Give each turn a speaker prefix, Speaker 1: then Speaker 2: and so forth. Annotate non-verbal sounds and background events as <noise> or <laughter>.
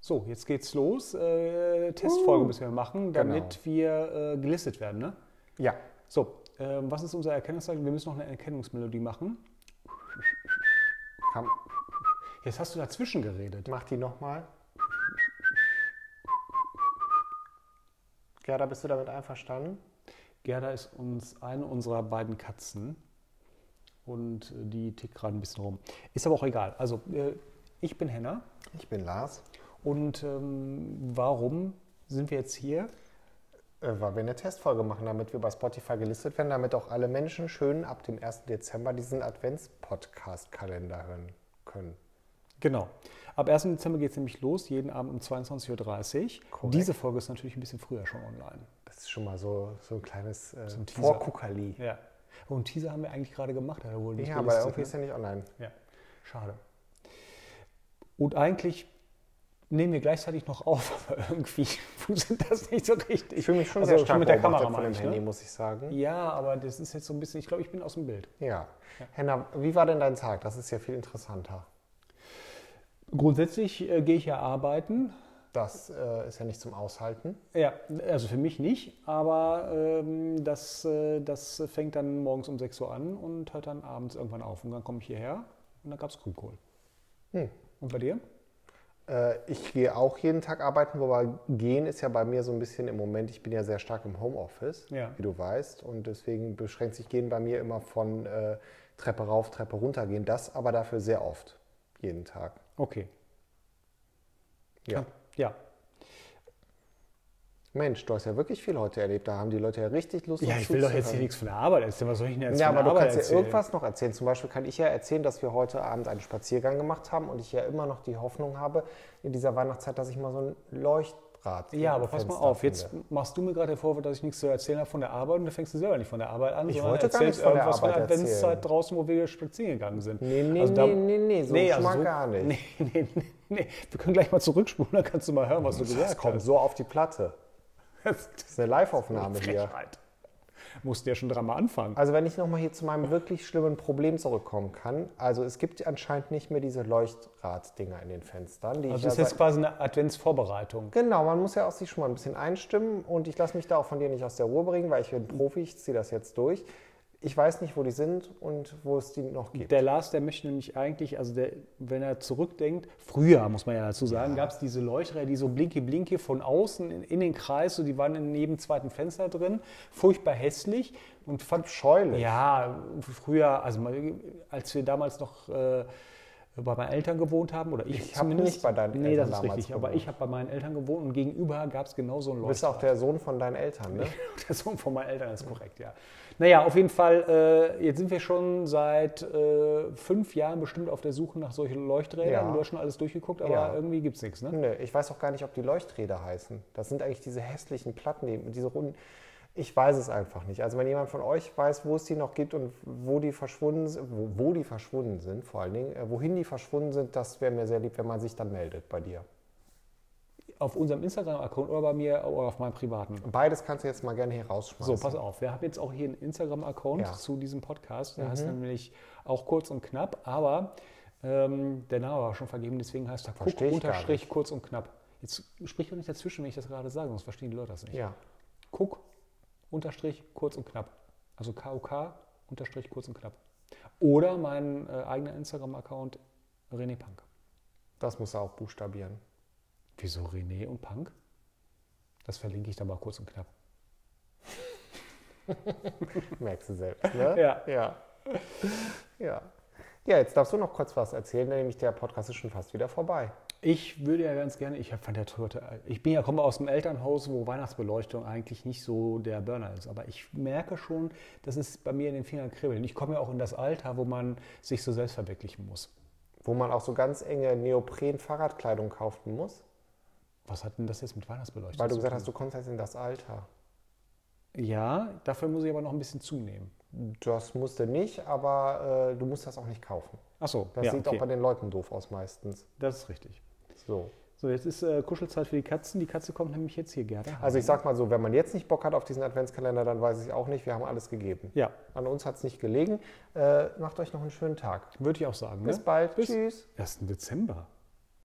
Speaker 1: So, jetzt geht's los. Äh, Testfolge
Speaker 2: Uh,
Speaker 1: müssen wir machen, damit
Speaker 2: genau.
Speaker 1: wir äh, gelistet werden. Ne?
Speaker 2: Ja.
Speaker 1: So, ähm, was ist unser Erkennungszeichen? Wir müssen noch eine Erkennungsmelodie machen.
Speaker 2: Komm,
Speaker 1: Jetzt hast du dazwischen geredet.
Speaker 2: mach die nochmal. Gerda, bist du damit einverstanden?
Speaker 1: Gerda ist uns eine unserer beiden Katzen und äh, die tickt gerade ein bisschen rum. Ist aber auch egal. Also, äh, ich bin Henna
Speaker 2: Ich bin Lars.
Speaker 1: und ähm, warum sind wir jetzt hier?
Speaker 2: Äh, weil wir eine Testfolge machen, damit wir bei Spotify gelistet werden, damit auch alle Menschen schön ab dem 1. Dezember diesen Advents-Podcast-Kalender hören können.
Speaker 1: Genau. Ab 1. Dezember geht es nämlich los, jeden Abend um 22.30 Uhr.
Speaker 2: Korrekt.
Speaker 1: Diese Folge ist natürlich ein bisschen früher schon online.
Speaker 2: Das ist schon mal so, so ein kleines äh,
Speaker 1: ein Teaser.
Speaker 2: Vorkuckerli.
Speaker 1: Ja. Oh, und Teaser haben wir eigentlich gerade gemacht, hat er wohl nicht
Speaker 2: Ja, aber
Speaker 1: gelistet,
Speaker 2: irgendwie
Speaker 1: ne?
Speaker 2: ist er nicht online.
Speaker 1: Ja, schade. Und eigentlich nehmen wir gleichzeitig noch auf, <laughs> aber irgendwie funktioniert das nicht so richtig.
Speaker 2: Ich fühle mich schon
Speaker 1: Also
Speaker 2: sehr stark
Speaker 1: mit der
Speaker 2: beobachtet
Speaker 1: Kamera
Speaker 2: von dem
Speaker 1: meine ich,
Speaker 2: Handy,
Speaker 1: ne?
Speaker 2: muss ich sagen.
Speaker 1: Ja, aber das ist jetzt so ein bisschen, ich glaube, ich bin aus dem Bild.
Speaker 2: Ja. Henna, wie war denn dein Tag? Das ist ja viel interessanter.
Speaker 1: Grundsätzlich äh, gehe ich ja arbeiten.
Speaker 2: Das äh, ist ja nicht zum Aushalten.
Speaker 1: Ja, also für mich nicht, aber ähm, das, äh, das fängt dann morgens um 6 Uhr an und hört dann abends irgendwann auf. Und dann komme ich hierher und dann gab es Grünkohl.
Speaker 2: Hm.
Speaker 1: Und bei dir?
Speaker 2: Äh, ich gehe auch jeden Tag arbeiten, wobei gehen ist ja bei mir so ein bisschen im Moment, ich bin ja sehr stark im Homeoffice,
Speaker 1: Ja.
Speaker 2: wie du weißt. Und deswegen beschränkt sich gehen bei mir immer von äh, Treppe rauf, Treppe runter gehen. Das aber dafür sehr oft. Jeden Tag.
Speaker 1: Okay.
Speaker 2: Ja.
Speaker 1: Ja.
Speaker 2: Mensch, du hast ja wirklich viel heute erlebt. Da haben die Leute ja richtig Lust
Speaker 1: Ja,
Speaker 2: uns
Speaker 1: ich will doch jetzt hier
Speaker 2: zuzuhören.
Speaker 1: nichts von der Arbeit erzählen. Was soll ich denn jetzt
Speaker 2: Ja,
Speaker 1: von
Speaker 2: aber
Speaker 1: der
Speaker 2: du
Speaker 1: Arbeit
Speaker 2: kannst ja
Speaker 1: erzählen?
Speaker 2: irgendwas noch erzählen. Zum Beispiel kann ich ja erzählen, dass wir heute Abend einen Spaziergang gemacht haben und ich ja immer noch die Hoffnung habe, in dieser Weihnachtszeit, dass ich mal so ein Leuchtrad. im
Speaker 1: Ja, aber pass mal
Speaker 2: Fenster
Speaker 1: auf, jetzt
Speaker 2: finde.
Speaker 1: machst du mir gerade den Vorwurf, dass ich nichts zu erzählen habe von der Arbeit und du fängst du selber nicht von der Arbeit an.
Speaker 2: Ich
Speaker 1: sondern
Speaker 2: wollte gar
Speaker 1: erzählst
Speaker 2: nichts von der
Speaker 1: irgendwas
Speaker 2: Arbeit
Speaker 1: von der Adventszeit
Speaker 2: erzählen.
Speaker 1: draußen, wo wir spazieren gegangen sind. Also
Speaker 2: Nee, nee, nee, nee, Also nee, also so schon mal gar nicht.
Speaker 1: <laughs> Nee, nee, nee, nee. Wir können gleich mal zurückspulen, dann kannst du mal hören, was du gesagt
Speaker 2: Das kommt
Speaker 1: hast.
Speaker 2: so auf die Platte.
Speaker 1: Das
Speaker 2: Das ist eine Live-Aufnahme hier.
Speaker 1: Frechheit. Musst du ja schon dran mal anfangen.
Speaker 2: Also wenn ich nochmal hier zu meinem wirklich schlimmen Problem zurückkommen kann. Also es gibt anscheinend nicht mehr diese Leuchtrad-Dinger in den Fenstern. Die
Speaker 1: Also
Speaker 2: ich
Speaker 1: das ist
Speaker 2: ja
Speaker 1: jetzt
Speaker 2: seit-
Speaker 1: quasi eine Adventsvorbereitung.
Speaker 2: genau, man muss ja auch sich schon mal ein bisschen einstimmen. Und ich lasse mich da auch von dir nicht aus der Ruhe bringen, weil ich bin Profi, ich ziehe das jetzt durch. Ich weiß nicht, wo die sind und wo es die noch gibt.
Speaker 1: Der Lars, der möchte nämlich eigentlich, also der, wenn er zurückdenkt, früher muss man ja dazu sagen, gab es diese Leuchträder, die so blinke blinke von außen in, in den Kreis, so die waren in jedem zweiten Fenster drin, furchtbar hässlich und fand
Speaker 2: Scheulich.
Speaker 1: Ja, früher, also mal, als wir damals noch äh, bei meinen Eltern gewohnt haben oder ich,
Speaker 2: Ich hab
Speaker 1: zumindest.
Speaker 2: nicht bei deinen
Speaker 1: nee,
Speaker 2: Eltern
Speaker 1: das ist
Speaker 2: damals
Speaker 1: richtig. Aber
Speaker 2: gewohnt.
Speaker 1: ich habe bei meinen Eltern gewohnt und gegenüber gab es genau so ein
Speaker 2: Du
Speaker 1: Leuchtrad.
Speaker 2: bist auch der Sohn von deinen Eltern, ne?
Speaker 1: <laughs> Der Sohn von meinen Eltern ist korrekt, ja. Naja, auf jeden Fall, äh, jetzt sind wir schon seit äh, fünf Jahren bestimmt auf der Suche nach solchen Leuchträdern.
Speaker 2: Ja.
Speaker 1: Du hast schon alles durchgeguckt, aber
Speaker 2: Ja.
Speaker 1: irgendwie gibt es nichts, ne?
Speaker 2: Nö, ich weiß auch gar nicht, ob die Leuchträder heißen. Das sind eigentlich diese hässlichen Platten, die, diese runden. Ich weiß es einfach nicht. Also wenn jemand von euch weiß, wo es die noch gibt und wo die verschwunden sind, wo, wo die verschwunden sind, vor allen Dingen, äh, wohin die verschwunden sind, das wäre mir sehr lieb, wenn man sich dann meldet bei dir.
Speaker 1: Auf unserem Instagram-Account oder bei mir oder auf meinem privaten.
Speaker 2: Beides kannst du jetzt mal gerne hier rausschmeißen.
Speaker 1: So, pass auf, wir haben jetzt auch hier einen Instagram-Account
Speaker 2: Also. Ja. Mhm.
Speaker 1: zu diesem Podcast. Der heißt nämlich auch kurz und knapp, aber ähm, der Name war schon vergeben, deswegen heißt er Guck
Speaker 2: Versteh ich gar
Speaker 1: unterstrich kurz und knapp. Jetzt sprich doch nicht dazwischen, wenn ich das gerade sage, sonst verstehen die Leute das nicht.
Speaker 2: Ja.
Speaker 1: Guck, unterstrich, kurz und knapp. Also KOK, unterstrich, kurz und knapp. Oder mein äh, eigener Instagram-Account René Punk.
Speaker 2: Das muss er auch buchstabieren.
Speaker 1: Wieso René und Punk? Das verlinke ich dann mal kurz und knapp.
Speaker 2: Merkst du selbst, ne?
Speaker 1: <laughs> Ja.
Speaker 2: Ja. Ja. Ja, jetzt darfst du noch kurz was erzählen, denn nämlich der Podcast ist schon fast wieder vorbei.
Speaker 1: Ich würde ja ganz gerne, ich hab- fand ja heute, ich bin ja komme aus dem Elternhaus, wo Weihnachtsbeleuchtung eigentlich nicht so der Burner ist, aber ich merke schon, dass es bei mir in den Fingern kribbelt. Und ich komme ja auch in das Alter, wo man sich so selbst verwirklichen muss.
Speaker 2: Wo man auch so ganz enge Neopren-Fahrradkleidung kaufen muss.
Speaker 1: Was hat denn das jetzt mit Weihnachtsbeleuchtung
Speaker 2: Weil du
Speaker 1: zu
Speaker 2: gesagt hast, du kommst jetzt in das Alter.
Speaker 1: tun? Ja, dafür muss ich aber noch ein bisschen zunehmen.
Speaker 2: Das musst du nicht, aber äh, du musst das auch nicht kaufen.
Speaker 1: Ach so,
Speaker 2: Das
Speaker 1: ja,
Speaker 2: sieht
Speaker 1: okay.
Speaker 2: auch bei den Leuten doof aus meistens.
Speaker 1: das ist richtig.
Speaker 2: So.
Speaker 1: So, jetzt ist äh, Kuschelzeit für die Katzen. Die Katze kommt nämlich jetzt hier, Gerda.
Speaker 2: Also ich sag mal so, wenn man jetzt nicht Bock hat auf diesen Adventskalender, dann weiß ich auch nicht, wir haben alles gegeben.
Speaker 1: ja,
Speaker 2: An uns hat es nicht gelegen. Äh, macht euch noch einen schönen Tag.
Speaker 1: würde ich auch sagen.
Speaker 2: Bis
Speaker 1: ne?
Speaker 2: bald. Tschüss.
Speaker 1: 1. Dezember.